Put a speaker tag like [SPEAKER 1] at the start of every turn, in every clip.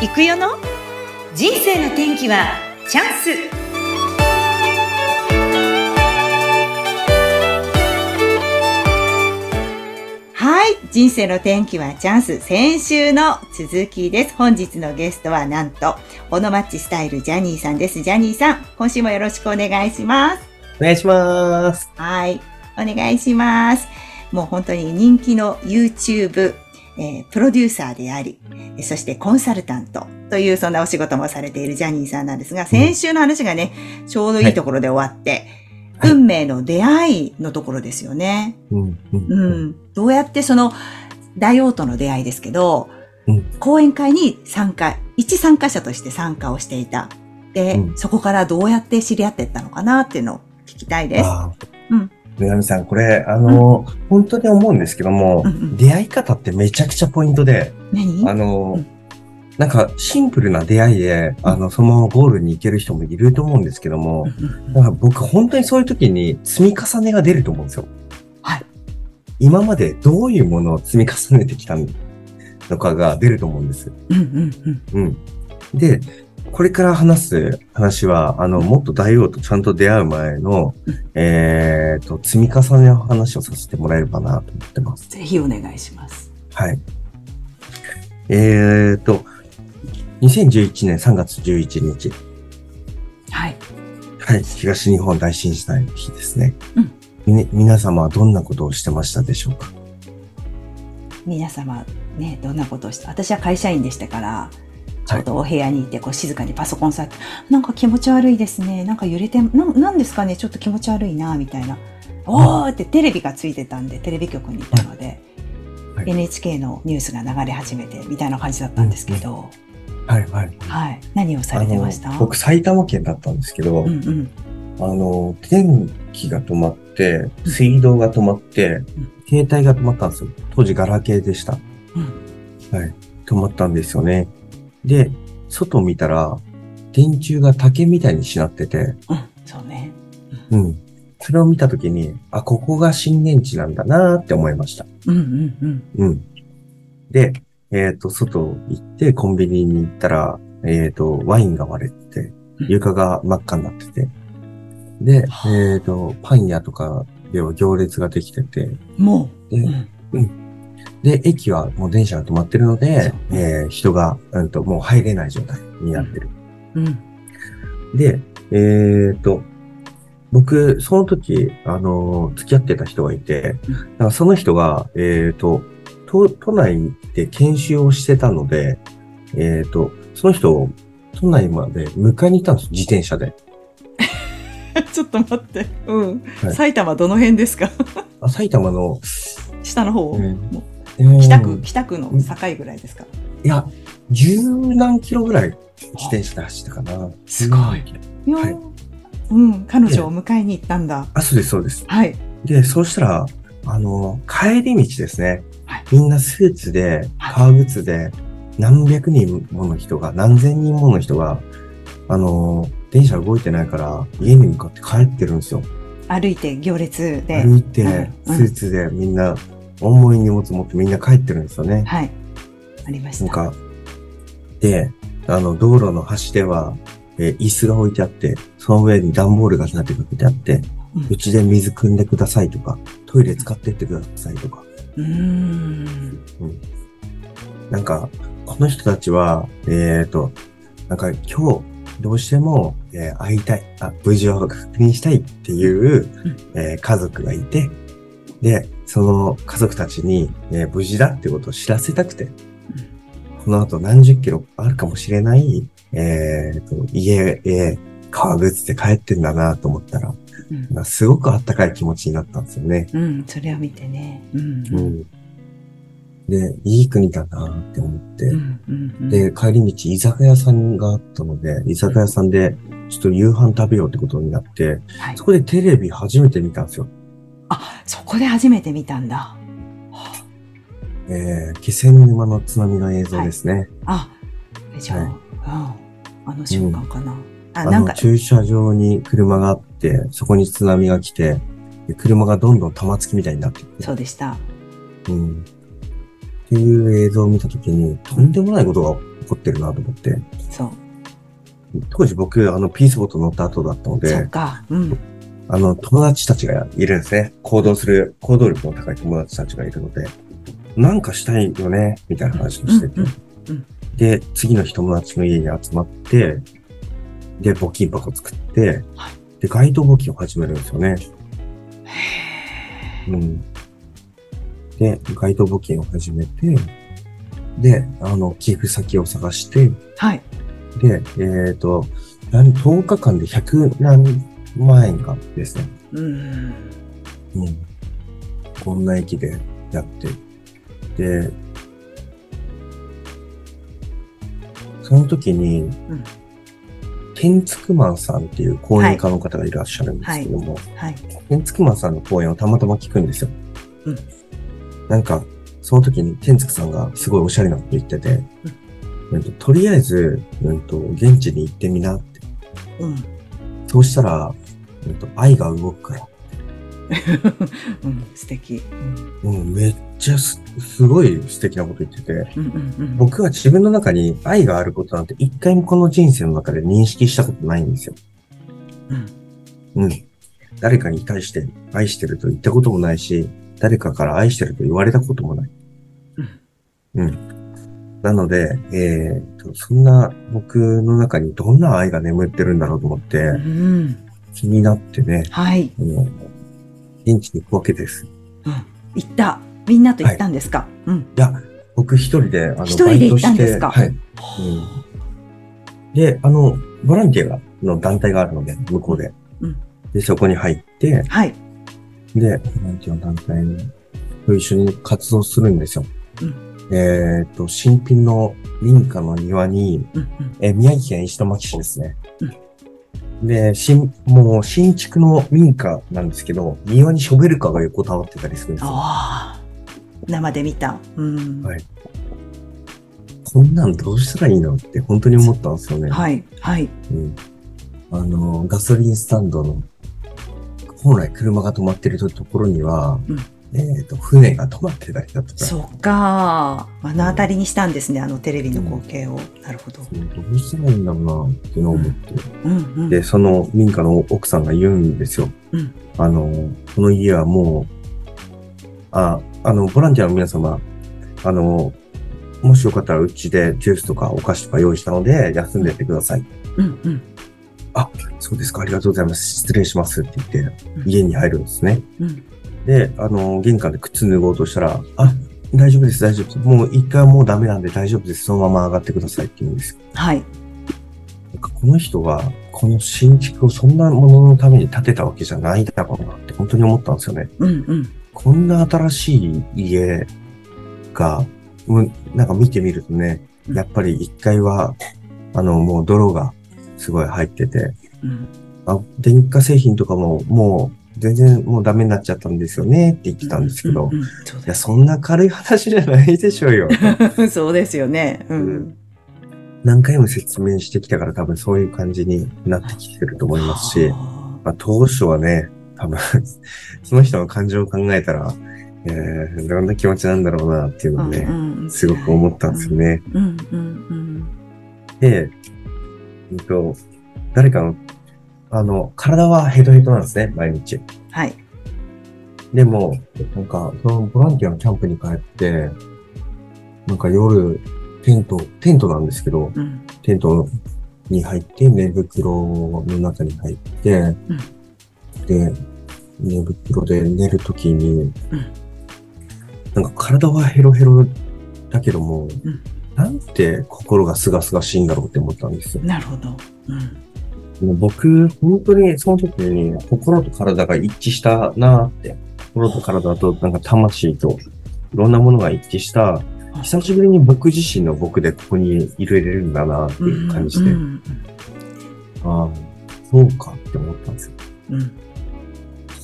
[SPEAKER 1] 行くよの人生の天気はチャンスはい人生の天気はチャンス先週の続きです本日のゲストはなんとオノマッチスタイルジャニーさんですジャニーさん今週もよろしくお願いします
[SPEAKER 2] お願いします。
[SPEAKER 1] はいお願いしますもう本当に人気の YouTube えープロデューサーであり、えーそしてコンサルタントというそんなお仕事もされているジャニーさんなんですが、先週の話がね、ちょうどいいところで終わって、
[SPEAKER 2] はい
[SPEAKER 1] 運命の出会いのところですよね。
[SPEAKER 2] うん、う、
[SPEAKER 1] うんん。どうやってその大王との出会いですけど、
[SPEAKER 2] うん
[SPEAKER 1] 講演会に参加、一参加者として参加をしていた。で、
[SPEAKER 2] うん
[SPEAKER 1] そこからどうやって知り合っていったのかなっていうのを聞きたいです。
[SPEAKER 2] あー
[SPEAKER 1] うん
[SPEAKER 2] 女神さん、これ、あの、本当に思うんですけども、
[SPEAKER 1] うんうん
[SPEAKER 2] 出会い方ってめちゃくちゃポイントで、
[SPEAKER 1] 何
[SPEAKER 2] あの、
[SPEAKER 1] うん
[SPEAKER 2] なんかシンプルな出会いで、あの、そのままゴールに行ける人もいると思うんですけども、なんか僕本当にそういう時に積み重ねが出ると思うんですよ。
[SPEAKER 1] はい。
[SPEAKER 2] 今までどういうものを積み重ねてきたのかが出ると思うんです。
[SPEAKER 1] うんうんうん。
[SPEAKER 2] うん。で、これから話す話は、あの、もっと大王とちゃんと出会う前の
[SPEAKER 1] うん、
[SPEAKER 2] えっ、と、積み重ねの話をさせてもらえればなと思ってます。
[SPEAKER 1] ぜひお願いします。
[SPEAKER 2] はい。えっ、と、2011年3月11日、
[SPEAKER 1] はい。
[SPEAKER 2] はい、東日本大震災の日ですね。
[SPEAKER 1] うん
[SPEAKER 2] み皆様はどんなことをしてましたでしょうか
[SPEAKER 1] 皆様、ね、どんなことをして、私は会社員でしたから、ちょっとお部屋にいて、こう静かにパソコン触って、なんか気持ち悪いですね。なんか揺れて、なんなんですかね、ちょっと気持ち悪いな、みたいな。おーってテレビがついてたんで、テレビ局にいたので、
[SPEAKER 2] はい
[SPEAKER 1] NHK のニュースが流れ始めて、みたいな感じだったんですけど、
[SPEAKER 2] はい、はい。
[SPEAKER 1] はい。何をされてました
[SPEAKER 2] あの僕、埼玉県だったんですけど、
[SPEAKER 1] うんうん。
[SPEAKER 2] あの、電気が止まって、水道が止まって、携帯が止まったんですよ。当時ガラケーでした。
[SPEAKER 1] うん。
[SPEAKER 2] はい。止まったんですよね。で、外見たら、電柱が竹みたいにしなってて、
[SPEAKER 1] うん。そうね。
[SPEAKER 2] うん。それを見たときに、あ、ここが震源地なんだなーって思いました。
[SPEAKER 1] うんうんうん。
[SPEAKER 2] うん。で、えっ、と、外行って、コンビニに行ったら、えっ、と、ワインが割れてて、床が真っ赤になってて、で、えっ、と、パン屋とかでは行列ができてて、
[SPEAKER 1] もう。
[SPEAKER 2] で
[SPEAKER 1] うん
[SPEAKER 2] で、駅はもう電車が止まってるので、
[SPEAKER 1] そう
[SPEAKER 2] えー人が、うんと、もう入れない状態になってる。
[SPEAKER 1] うん。
[SPEAKER 2] で、えっ、と、僕、その時、あのー付き合ってた人がいて、
[SPEAKER 1] うん
[SPEAKER 2] だからその人が、えっ、と都、都内で研修をしてたので、えっ、と、その人を都内まで迎えに行ったんですよ、自転車で。
[SPEAKER 1] ちょっと待って。うん。
[SPEAKER 2] はい
[SPEAKER 1] 埼玉どの辺ですか
[SPEAKER 2] あ埼玉の、
[SPEAKER 1] 下の方、
[SPEAKER 2] うん
[SPEAKER 1] 北
[SPEAKER 2] う
[SPEAKER 1] 区、
[SPEAKER 2] ん
[SPEAKER 1] 北区の境ぐらいですか
[SPEAKER 2] いや、十何キロぐらい自転車で走ったかな。
[SPEAKER 1] すごい
[SPEAKER 2] 10キロ。
[SPEAKER 1] いやー、
[SPEAKER 2] はい
[SPEAKER 1] うん、彼女を迎えに行ったんだ。
[SPEAKER 2] あ、そうです、そうです。
[SPEAKER 1] はい。
[SPEAKER 2] で、そうしたら、あの、帰り道ですね。
[SPEAKER 1] はい
[SPEAKER 2] みんなスーツで、
[SPEAKER 1] はい
[SPEAKER 2] 革靴で、何百人もの人が、何千人もの人が、あの、電車動いてないから、家に向かって帰ってるんですよ。
[SPEAKER 1] 歩いて行列で。
[SPEAKER 2] 歩いて、
[SPEAKER 1] う
[SPEAKER 2] ス
[SPEAKER 1] ん
[SPEAKER 2] ーツでみんな、重い荷物持ってみんな帰ってるんですよね。
[SPEAKER 1] はい。ありまし
[SPEAKER 2] なん
[SPEAKER 1] た。
[SPEAKER 2] か、で、あの、道路の端では、えー椅子が置いてあって、その上に段ボールが立てかけてあって、
[SPEAKER 1] うん
[SPEAKER 2] うちで水汲んでくださいとか、トイレ使ってってくださいとか、
[SPEAKER 1] うーん。
[SPEAKER 2] なんか、この人たちは、えっ、と、なんか今日、どうしても、えー会いたい、あ、無事を確認したいっていう、
[SPEAKER 1] うん
[SPEAKER 2] えー家族がいて、で、その家族たちに、えー無事だってことを知らせたくて、この後何十キロあるかもしれない、えっ、と、家へ、革靴で帰ってんだなと思ったら、
[SPEAKER 1] うん
[SPEAKER 2] なんかすごくあったかい気持ちになったんですよね。
[SPEAKER 1] うん、それを見てね。うん。
[SPEAKER 2] う。ん。で、いい国だなって思って、
[SPEAKER 1] うん。うん。
[SPEAKER 2] で、帰り道、居酒屋さんがあったので、居酒屋さんで、ちょっと夕飯食べようってことになって、
[SPEAKER 1] はい
[SPEAKER 2] そこでテレビ初めて見たんですよ。
[SPEAKER 1] あ、そこで初めて見たんだ。
[SPEAKER 2] えー、気仙沼の津波の映像ですね。
[SPEAKER 1] あ、じゃあ、
[SPEAKER 2] はい
[SPEAKER 1] うん。あの瞬間かな。あ、
[SPEAKER 2] あ
[SPEAKER 1] なん
[SPEAKER 2] の、
[SPEAKER 1] か、
[SPEAKER 2] 駐車場に車があって、そこに津波が来て、で車がどんどん玉突きみたいになってって
[SPEAKER 1] そうでした。
[SPEAKER 2] うん。っていう映像を見たときに、とんでもないことが残ってるなと思って。
[SPEAKER 1] そう。
[SPEAKER 2] 当時僕、あの、ピースボート乗った後だったの
[SPEAKER 1] そっ
[SPEAKER 2] で、
[SPEAKER 1] か。うん。
[SPEAKER 2] あの、友達たちがいるんですね。行動する、行動力の高い友達たちがいるので、なんかしたいよね、みたいな話をしてて
[SPEAKER 1] うんうんうん。
[SPEAKER 2] で、次の日友達の家に集まって、で、募金箱作って
[SPEAKER 1] は、
[SPEAKER 2] で、街頭募金を始めるんですよね。うん。で、街頭募金を始めて、で、あの、寄付先を探して、
[SPEAKER 1] はい。
[SPEAKER 2] で、えっ、と、何、10日間で100何万円がですね、
[SPEAKER 1] うん。
[SPEAKER 2] うん。こんな駅でやって。で、その時に、
[SPEAKER 1] ん
[SPEAKER 2] ケンツクマンさんっていう講演家の方がいらっしゃるんですけども、
[SPEAKER 1] はい。
[SPEAKER 2] ケンツクマンさんの講演をたまたま聞くんですよ。
[SPEAKER 1] うん
[SPEAKER 2] なんか、その時にケンツクさんがすごいおしゃれなこと言ってて、うんととりあえず、うんと、現地に行ってみなって。
[SPEAKER 1] うん。
[SPEAKER 2] そうしたら、うんと、愛が動くから。
[SPEAKER 1] うん。素敵。うん
[SPEAKER 2] うん、めっちゃす、すごい素敵なこと言ってて、
[SPEAKER 1] うんうんうん。
[SPEAKER 2] 僕は自分の中に愛があることなんて一回もこの人生の中で認識したことないんですよ。
[SPEAKER 1] うん。
[SPEAKER 2] うん。誰かに対して愛してると言ったこともないし、誰かから愛してると言われたこともない。うん。なので、えーと、そんな僕の中にどんな愛が眠ってるんだろうと思って
[SPEAKER 1] う、ん。
[SPEAKER 2] 気になってね、
[SPEAKER 1] はい。
[SPEAKER 2] あの現地に行くわけです。い
[SPEAKER 1] うん。行った。みんなと行ったんですか。うん。
[SPEAKER 2] や、僕一人で、あの、
[SPEAKER 1] 一人で行ったんですか
[SPEAKER 2] バイトしてはい。うんで、あの、ボランティアの団体があるので、向こうで。
[SPEAKER 1] うん
[SPEAKER 2] で、そこに入って、
[SPEAKER 1] はい。
[SPEAKER 2] で、ボランティアの団体と一緒に活動するんですよ。えーっと、新品の民家の庭に、
[SPEAKER 1] うんうん。
[SPEAKER 2] えー宮城県石巻市ですね。で、新、もう新築の民家なんですけど、庭にショベルカーが横たわってたりするんですよ。
[SPEAKER 1] ああ。生で見た。うん。
[SPEAKER 2] はいこんなんどうしたらいいのって本当に思ったんですよね。
[SPEAKER 1] はい。はい。
[SPEAKER 2] うんあの、ガソリンスタンドの、本来車が止まってるところには、
[SPEAKER 1] うん
[SPEAKER 2] えっ、と、船が止まってたりだとか、
[SPEAKER 1] そっか。目の当たりにしたんですね。あのテレビの光景を。なるほど。
[SPEAKER 2] どうしたらいいんだろうな、っていうのを思って。
[SPEAKER 1] うんうん。
[SPEAKER 2] で、その民家の奥さんが言うんですよ。
[SPEAKER 1] うん
[SPEAKER 2] あの、この家はもう、あ、あの、ボランティアの皆様、あの、もしよかったらうちでジュースとかお菓子とか用意したので休んでってください。
[SPEAKER 1] うんうん
[SPEAKER 2] そうですか、ありがとうございます。失礼しますって言って
[SPEAKER 1] うん
[SPEAKER 2] 家に入るんですね。
[SPEAKER 1] うん。
[SPEAKER 2] で、あの、玄関で靴脱ごうとしたら、あ、大丈夫です、大丈夫です。もう一回もうダメなんで大丈夫です。そのまま上がってくださいって言うんですよ。
[SPEAKER 1] はい。
[SPEAKER 2] なんかこの人は、この新築をそんなもののために建てたわけじゃないだろうなって本当に思ったんですよね。
[SPEAKER 1] うんうん。
[SPEAKER 2] こんな新しい家が、うんなんか見てみるとね、やっぱり一階は、あの、もう泥がすごい入ってて、
[SPEAKER 1] うん。
[SPEAKER 2] あ電化製品とかももう全然もうダメになっちゃったんですよねって言ってたんですけど
[SPEAKER 1] う、んうんうん。そう
[SPEAKER 2] いや、そんな軽い話じゃないでしょ うよ。
[SPEAKER 1] です。そうですよね。うん。
[SPEAKER 2] 何回も説明してきたから多分そういう感じになってきてると思いますし、
[SPEAKER 1] は
[SPEAKER 2] まあ、当初はね、多分、 その人の感情を考えたら、えー、どんな気持ちなんだろうなっていう
[SPEAKER 1] あ
[SPEAKER 2] のを
[SPEAKER 1] う
[SPEAKER 2] ね、
[SPEAKER 1] んうん
[SPEAKER 2] すごく思ったんですよね。
[SPEAKER 1] うんうん
[SPEAKER 2] で、えっと、誰かの、あの、体はヘトヘトなんですね、毎日。
[SPEAKER 1] うん。はい。
[SPEAKER 2] でも、なんか、そのボランティアのキャンプに帰って、なんか夜、テント、テントなんですけど、
[SPEAKER 1] うん。
[SPEAKER 2] テントに入って、寝袋の中に入って、で、寝袋で寝るときに、
[SPEAKER 1] うん
[SPEAKER 2] なんか体はヘロヘロだけども、
[SPEAKER 1] ん
[SPEAKER 2] なんて心がすがすがしいんだろうって思ったんですよ。
[SPEAKER 1] なるほど。うん。
[SPEAKER 2] もう僕、本当にその時に心と体が一致したなって、心と体となんか魂といろんなものが一致した、久しぶりに僕自身の僕でここにいれれるんだなっていう感じで、
[SPEAKER 1] うん
[SPEAKER 2] ああ、そうかって思ったんですよ。
[SPEAKER 1] うんうん。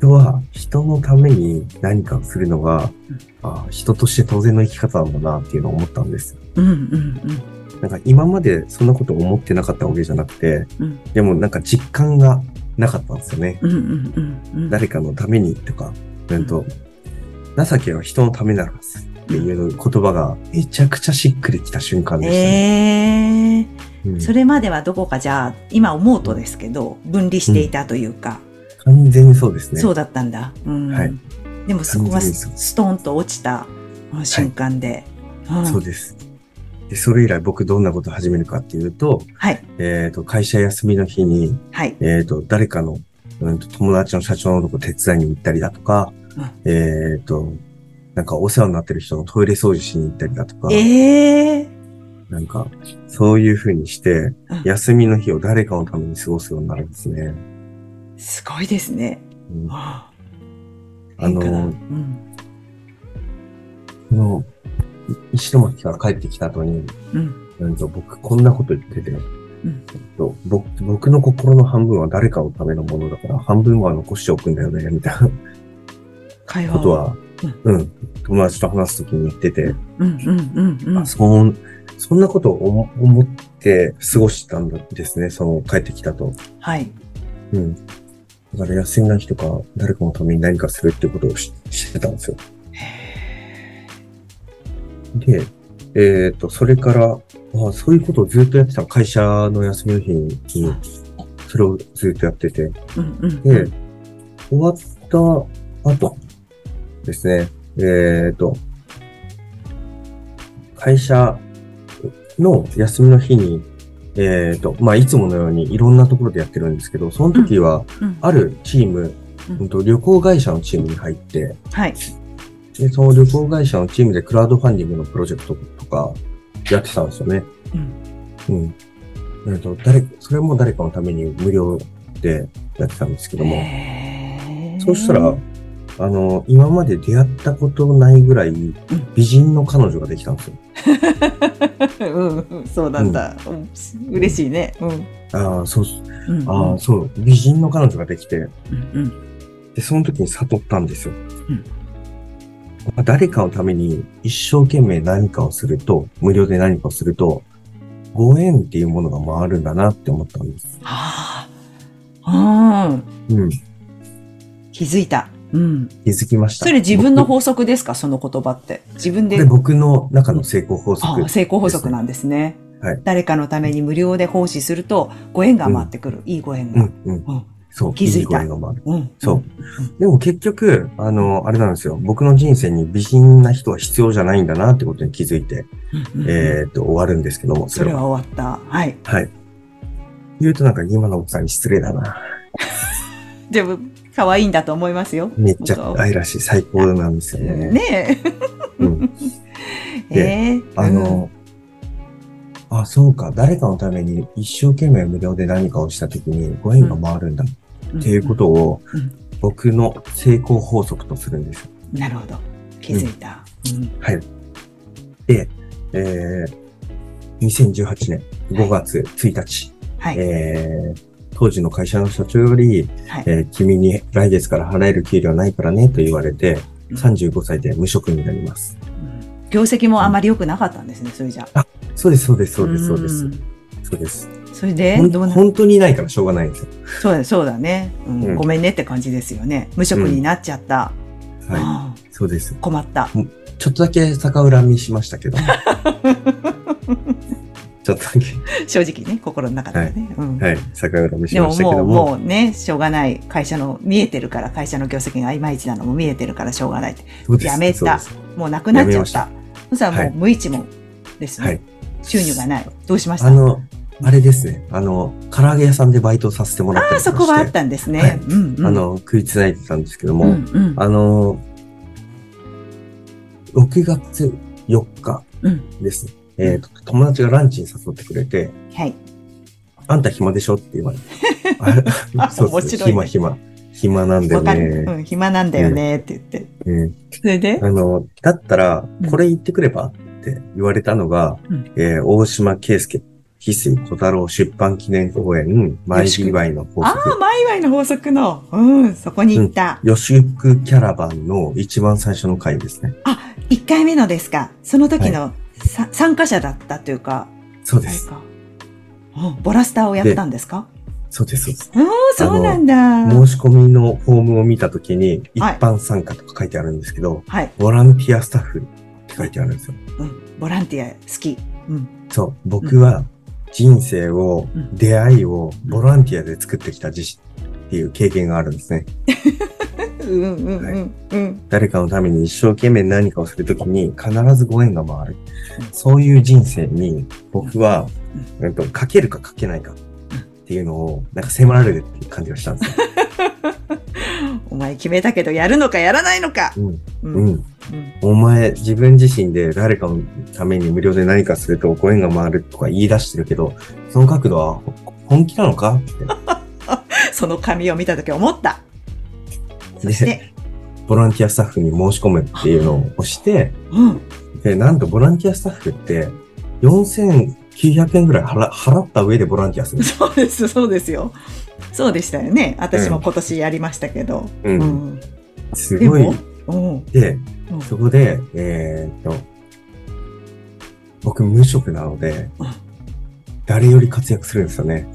[SPEAKER 2] 人は人のために何かをするのが、
[SPEAKER 1] うん
[SPEAKER 2] ああ人として当然の生き方なんだなっていうのを思ったんです。
[SPEAKER 1] うんうん
[SPEAKER 2] なんか今までそんなこと思ってなかったわけじゃなくて、
[SPEAKER 1] うん
[SPEAKER 2] でもなんか実感がなかったんですよね。
[SPEAKER 1] うんうんうんうんうん。
[SPEAKER 2] 誰かのためにとか、うんと、情けは人のためならず、っていう言葉がめちゃくちゃしっくりきた瞬間でしたね。
[SPEAKER 1] ええ
[SPEAKER 2] うん
[SPEAKER 1] それまではどこかじゃあ、今思うとですけど、分離していたというか、
[SPEAKER 2] 完全にそうですね。
[SPEAKER 1] そうだったんだ。うん
[SPEAKER 2] はい
[SPEAKER 1] でもそこが
[SPEAKER 2] 完全に
[SPEAKER 1] ス
[SPEAKER 2] そう
[SPEAKER 1] ストーンと落ちたうん瞬間で。うん
[SPEAKER 2] そうです。で、それ以来僕どんなことを始めるかっていうと、
[SPEAKER 1] はい。
[SPEAKER 2] えっ、と、会社休みの日に、
[SPEAKER 1] はい。
[SPEAKER 2] えっ、と、誰かの、うんと、友達の社長のとこ手伝いに行ったりだとか、えっ、と、なんかお世話になってる人のトイレ掃除しに行ったりだとか、
[SPEAKER 1] ええ
[SPEAKER 2] なんか、そういう風にして
[SPEAKER 1] うん、
[SPEAKER 2] 休みの日を誰かのために過ごすようになるんですね。
[SPEAKER 1] すごいですね。
[SPEAKER 2] うん
[SPEAKER 1] あ
[SPEAKER 2] あの
[SPEAKER 1] うん。
[SPEAKER 2] この、い石巻から帰ってきた後に、
[SPEAKER 1] うん。
[SPEAKER 2] うんと、僕こんなこと言ってて、
[SPEAKER 1] うん
[SPEAKER 2] と僕僕の心の半分は誰かのためのものだから、半分は残しておくんだよね、みたいな
[SPEAKER 1] 会話を
[SPEAKER 2] ことは、うん、友達と話すときに言ってて、
[SPEAKER 1] うんうんうんうん
[SPEAKER 2] あ。そんそんなことを思思って過ごしたんですね、その帰ってきたと。
[SPEAKER 1] はい。
[SPEAKER 2] うん。だから休みの日とか、誰かのために何かするってことをししてたんですよ。で、えっ、と、それから、あそういうことをずっとやってたの会社の休みの日に、それをずっとやってて。
[SPEAKER 1] うんうんう
[SPEAKER 2] で
[SPEAKER 1] ん。、
[SPEAKER 2] 終わった後ですね、えっ、と、会社の休みの日に、えっ、と、まあ、いつものようにいろんなところでやってるんですけど、その時は、
[SPEAKER 1] うん
[SPEAKER 2] あるチーム
[SPEAKER 1] うん、
[SPEAKER 2] うんと旅行会社のチームに入って、
[SPEAKER 1] はい。
[SPEAKER 2] で、その旅行会社のチームでクラウドファンディングのプロジェクトとかやってたんですよね。
[SPEAKER 1] うん
[SPEAKER 2] うん。えっと、誰、それも誰かのために無料でやってたんですけども、
[SPEAKER 1] へー
[SPEAKER 2] そうしたら、あの、今まで出会ったことないぐらい美人の彼女ができたんですよ。
[SPEAKER 1] うんうん、そうなんだ。うん嬉しいね。うん。
[SPEAKER 2] ああ、そう、
[SPEAKER 1] うんうん
[SPEAKER 2] ああ、そう、美人の彼女ができて、
[SPEAKER 1] うん
[SPEAKER 2] で、その時に悟ったんですよ。
[SPEAKER 1] うん
[SPEAKER 2] まあ誰かのために一生懸命何かをすると、無料で何かをすると、ご縁っていうものが回るんだなって思ったんです。
[SPEAKER 1] はあ。うん。
[SPEAKER 2] うん。
[SPEAKER 1] 気づいた。うん。
[SPEAKER 2] 気づきました。
[SPEAKER 1] それ自分の
[SPEAKER 2] 僕
[SPEAKER 1] 法則ですかその言葉って。自分
[SPEAKER 2] こ
[SPEAKER 1] で
[SPEAKER 2] れ。僕の中の成功法則。
[SPEAKER 1] あ成功法則なんですね。
[SPEAKER 2] はい
[SPEAKER 1] 誰かのために無料で奉仕すると、ご縁が回ってくる。いいご縁
[SPEAKER 2] う
[SPEAKER 1] が。
[SPEAKER 2] ん、うん。
[SPEAKER 1] うん。
[SPEAKER 2] そう。
[SPEAKER 1] 気づいた
[SPEAKER 2] いご縁が回る。
[SPEAKER 1] うん。
[SPEAKER 2] そう。でも結局、あの、あれなんですよ。僕の人生に美人な人は必要じゃないんだなってことに気づいて、
[SPEAKER 1] うん。うん
[SPEAKER 2] えーっと、終わるんですけども、
[SPEAKER 1] それは。終わった。はい。
[SPEAKER 2] はい。言うとなんか今の奥さんに失礼だな。
[SPEAKER 1] でも、可愛いんだと思いますよ。
[SPEAKER 2] めっちゃ
[SPEAKER 1] 本当
[SPEAKER 2] 愛らしい、最高なんですよね。
[SPEAKER 1] ね
[SPEAKER 2] うん、
[SPEAKER 1] え。
[SPEAKER 2] で
[SPEAKER 1] ええ
[SPEAKER 2] あ、の、あ、そうか、誰かのために一生懸命無料で何かをしたときにご縁が回るんだっ
[SPEAKER 1] うん
[SPEAKER 2] ていうことを
[SPEAKER 1] うん
[SPEAKER 2] 僕の成功法則とするんですよ。
[SPEAKER 1] なるほど。気づいた。うん。
[SPEAKER 2] えー、2018年5月1日、
[SPEAKER 1] はい。
[SPEAKER 2] えー当時の会社の社長より、
[SPEAKER 1] はい
[SPEAKER 2] えー君に来月から払える給料ないからねと言われて、
[SPEAKER 1] うん
[SPEAKER 2] 35歳で無職になります。
[SPEAKER 1] うん業績もあまり良くなかったんですね、それじゃ。
[SPEAKER 2] そうです、そうです、そうです、そうです
[SPEAKER 1] ん。。
[SPEAKER 2] そうです。
[SPEAKER 1] それで
[SPEAKER 2] ほ、ん
[SPEAKER 1] どうな
[SPEAKER 2] 本当にないからしょうがないんですよ。
[SPEAKER 1] そうだそうだね、うん
[SPEAKER 2] うん
[SPEAKER 1] ごめんねって感じですよね。無職になっちゃった。
[SPEAKER 2] はい。
[SPEAKER 1] ああ
[SPEAKER 2] そうです。
[SPEAKER 1] 困った。
[SPEAKER 2] ちょっとだけ逆恨みしましたけど。 ちょっとだけ、
[SPEAKER 1] 正直ね、心の中ではね。うん
[SPEAKER 2] はい、逆恨みし
[SPEAKER 1] で
[SPEAKER 2] ま
[SPEAKER 1] も
[SPEAKER 2] したけ
[SPEAKER 1] も
[SPEAKER 2] ど
[SPEAKER 1] う、
[SPEAKER 2] も。
[SPEAKER 1] もうね、しょうがない。会社の、見えてるから、会社の業績がいまいちなのも見えてるからしょうがないって。
[SPEAKER 2] そうです
[SPEAKER 1] やめ
[SPEAKER 2] そう
[SPEAKER 1] た
[SPEAKER 2] です。
[SPEAKER 1] もうなくなっち
[SPEAKER 2] やめ
[SPEAKER 1] ゃ
[SPEAKER 2] ま
[SPEAKER 1] っ
[SPEAKER 2] したた。
[SPEAKER 1] そしたらも
[SPEAKER 2] は
[SPEAKER 1] う無一文ですね、
[SPEAKER 2] はい。
[SPEAKER 1] 収入がない。どうしました
[SPEAKER 2] あの、あれですね。あの、唐揚げ屋さんでバイトさせてもらった
[SPEAKER 1] あ
[SPEAKER 2] り
[SPEAKER 1] あ、
[SPEAKER 2] と
[SPEAKER 1] そ
[SPEAKER 2] かし
[SPEAKER 1] こ
[SPEAKER 2] て。
[SPEAKER 1] はあったんですね。
[SPEAKER 2] はい
[SPEAKER 1] うん、うん。
[SPEAKER 2] あ、の、食いつないでたんですけど
[SPEAKER 1] う
[SPEAKER 2] も、
[SPEAKER 1] ん、うん。
[SPEAKER 2] あの、6月4日
[SPEAKER 1] うん。
[SPEAKER 2] ですね。えっ、と、友達がランチに誘ってくれて、
[SPEAKER 1] はい。
[SPEAKER 2] あんた暇でしょって言 われて。あそう
[SPEAKER 1] 面
[SPEAKER 2] です
[SPEAKER 1] 白いね
[SPEAKER 2] 暇暇。暇なんだよ
[SPEAKER 1] わか
[SPEAKER 2] ね
[SPEAKER 1] る。。うん、暇なんだよねって言って。
[SPEAKER 2] うん
[SPEAKER 1] それで、
[SPEAKER 2] あの、だったら
[SPEAKER 1] うん、
[SPEAKER 2] これ言ってくればって言われたのが、
[SPEAKER 1] うん
[SPEAKER 2] えー大島圭介、翡翠小太郎出版記念公演、前祝いの法
[SPEAKER 1] ああ、
[SPEAKER 2] 則、
[SPEAKER 1] マイワイの法則の、うん、そこに行った。
[SPEAKER 2] 予祝キャラバンの一番最初の回ですね。
[SPEAKER 1] あ、1回目のですか。その時の、さ参加者だったというか、
[SPEAKER 2] そう
[SPEAKER 1] あ
[SPEAKER 2] で
[SPEAKER 1] れ
[SPEAKER 2] す。
[SPEAKER 1] か。うんボラスターをやったんですか
[SPEAKER 2] そうです、そうです。
[SPEAKER 1] うん、そうなんだ。
[SPEAKER 2] 申し込みのフォームを見たときに、一
[SPEAKER 1] はい
[SPEAKER 2] 般参加とか書いてあるんですけど、
[SPEAKER 1] はい。
[SPEAKER 2] ボランティアスタッフって書いてあるんですよ。
[SPEAKER 1] うん、ボランティア好き。うん、
[SPEAKER 2] そう、僕は人生を、
[SPEAKER 1] うん
[SPEAKER 2] 出会いをボランティアで作ってきた自身っていう経験があるんですね。
[SPEAKER 1] うん、うん、
[SPEAKER 2] は
[SPEAKER 1] う
[SPEAKER 2] い
[SPEAKER 1] ん、うん。
[SPEAKER 2] 誰かのために一生懸命何かをするときに必ずご縁が回る。そういう人生に僕は、えっと、かけるかかけないかっていうのをなんか迫られるっていう感じがしたんですよ。
[SPEAKER 1] お前決めたけど、やるのかやらないのか。
[SPEAKER 2] うん。
[SPEAKER 1] う、
[SPEAKER 2] うんん。
[SPEAKER 1] うん、
[SPEAKER 2] お前自分自身で誰かのために無料で何かするとご縁が回るとか言い出してるけど、その角度はほ本気なのかっ
[SPEAKER 1] その紙を見たとき思った。
[SPEAKER 2] て。
[SPEAKER 1] そして、
[SPEAKER 2] ボランティアスタッフに申し込むっていうのを押して、
[SPEAKER 1] うん、
[SPEAKER 2] で、なんとボランティアスタッフって、4900円ぐらい払払った上でボランティアする。
[SPEAKER 1] そうです、そうですよ。そうでしたよね。私も今年やりましたけど。
[SPEAKER 2] う。
[SPEAKER 1] うんん、
[SPEAKER 2] す
[SPEAKER 1] で
[SPEAKER 2] ごい
[SPEAKER 1] も。、うん、
[SPEAKER 2] で、
[SPEAKER 1] うん
[SPEAKER 2] そこで、えーっと、僕無職なので
[SPEAKER 1] うん、
[SPEAKER 2] 誰より活躍するんですよね。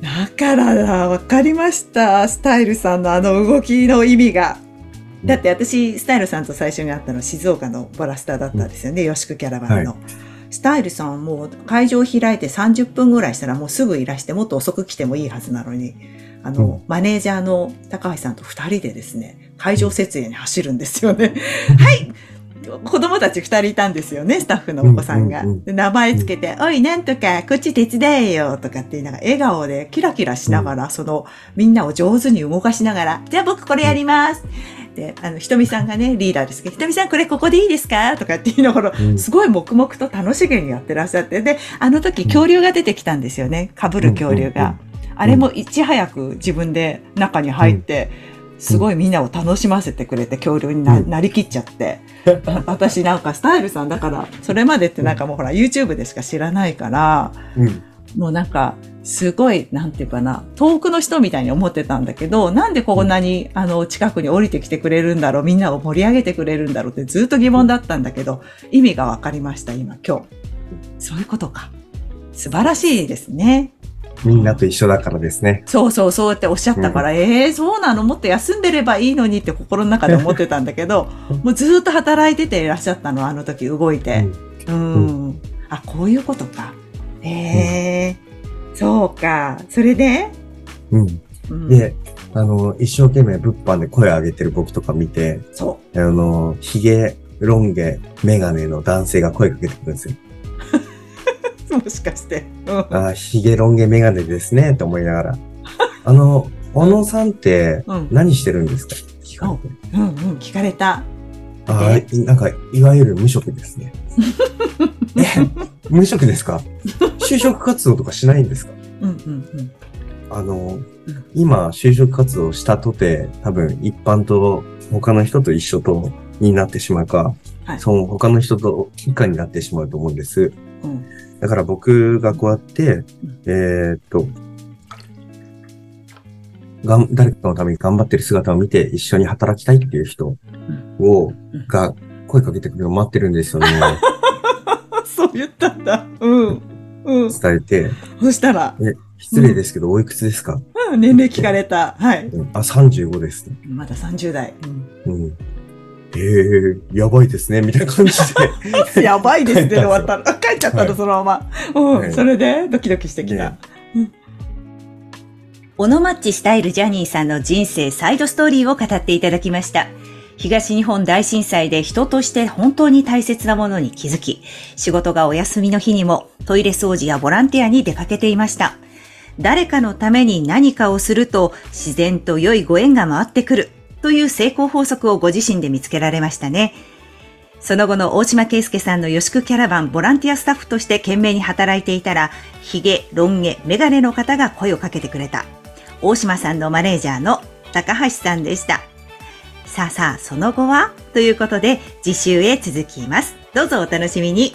[SPEAKER 1] だからだ、わかりました。スタイルさんのあの動きの意味が。だって私、スタイルさんと最初に会ったの静岡のボラスターだったんですよね。よしくキャラバンの。スタイルさんもう会場開いて30分ぐらいしたらもうすぐいらして、もっと遅く来てもいいはずなのに、あの、
[SPEAKER 2] うん
[SPEAKER 1] マネージャーの高橋さんと2人でですね、会場設営に走るんですよね。はい子供たち2人いたんですよね、スタッフのお子さんが。
[SPEAKER 2] うんうんうん
[SPEAKER 1] で名前つけて、おい、なんとか、こっち手伝えよ、とかって言いながら、笑顔でキラキラしながら、その、みんなを上手に動かしながら、じゃあ僕これやります。で、あの、ひとみさんがね、リーダーですけど、ひとみさんこれここでいいですかとかって言いながら、
[SPEAKER 2] うん
[SPEAKER 1] すごい黙々と楽しげにやってらっしゃって、で、あの時恐竜が出てきたんですよね、被る恐竜が。あれもいち早く自分で中に入って、すごいみんなを楽しませてくれて恐竜にな,、
[SPEAKER 2] うん
[SPEAKER 1] りきっちゃって。 私なんかスタイルさんだから、それまでってなんかもうほら YouTube でしか知らないから、
[SPEAKER 2] うん。うん
[SPEAKER 1] もうなんか、すごい、なんていうかな、遠くの人みたいに思ってたんだけど、なんでこんなに、あの、近くに降りてきてくれるんだろう、みんなを盛り上げてくれるんだろうってずっと疑問だったんだけど、意味がわかりました、今、今日。そういうことか。素晴らしいですね。
[SPEAKER 2] みんなと一緒だからですね。
[SPEAKER 1] そうそう、そうやっておっしゃったから、ええー、そうなのもっと休んでればいいのにって心の中で思ってたんだけど、もうずっと働いてていらっしゃったの、あの時動いて。うん。あ、こういうことか。ええそうか。それで、
[SPEAKER 2] うん。
[SPEAKER 1] うん、
[SPEAKER 2] で、あの、一生懸命物販で声上げてる僕とか見て、
[SPEAKER 1] そ
[SPEAKER 2] あの、髭、ロン毛、メガネの男性が声かけてくるんですよ。
[SPEAKER 1] う。 もしかして。うん。
[SPEAKER 2] ああ、髭、ロン毛、メガネですね、って思いながら。あの、小野さんって
[SPEAKER 1] うん。
[SPEAKER 2] 何してるんですか聞かれて。
[SPEAKER 1] うんうん。聞かれた。
[SPEAKER 2] ああ、なんか、いわゆる無職ですね。え、無職ですか就職活動とかしないんですか
[SPEAKER 1] うんうん
[SPEAKER 2] あの、今、就職活動したとて、多分、一般と他の人と一緒と、になってしまうか、
[SPEAKER 1] はい
[SPEAKER 2] その他の人と以下になってしまうと思うんです。
[SPEAKER 1] うん。 うん。
[SPEAKER 2] だから僕がこうやって、えーっと、がん、誰かのために頑張ってる姿を見て一緒に働きたいっていう人を、
[SPEAKER 1] ん
[SPEAKER 2] が声かけてくるのを待ってるんですよね。
[SPEAKER 1] あ、そう言ったんだ。うん。うん。
[SPEAKER 2] 伝えて、
[SPEAKER 1] そしたら、
[SPEAKER 2] 失礼ですけど、おいくつですか、
[SPEAKER 1] うん、年齢聞かれた。はい。
[SPEAKER 2] うんあ、35です。
[SPEAKER 1] まだ30代。うん、
[SPEAKER 2] うん。えー、やばいですね、みたいな感じで。
[SPEAKER 1] やばいですね。
[SPEAKER 2] 帰
[SPEAKER 1] 終
[SPEAKER 2] ったんですよ
[SPEAKER 1] わったら。 帰っちゃった
[SPEAKER 2] は
[SPEAKER 1] の、
[SPEAKER 2] い
[SPEAKER 1] そのまま。うん。
[SPEAKER 2] はい
[SPEAKER 1] それで、ドキドキしてきた。
[SPEAKER 3] オノマッチスタイルジャニーさんの人生サイドストーリーを語っていただきました。東日本大震災で人として本当に大切なものに気づき、仕事がお休みの日にもトイレ掃除やボランティアに出かけていました。誰かのために何かをすると自然と良いご縁が回ってくるという成功法則をご自身で見つけられましたね。その後の大島圭介さんの予宿キャラバンボランティアスタッフとして懸命に働いていたら、ヒゲ、ロン毛、メガネの方が声をかけてくれた。大島さんのマネージャーの高橋さんでした。さあさあ、その後はということで、次週へ続きます。どうぞお楽しみに。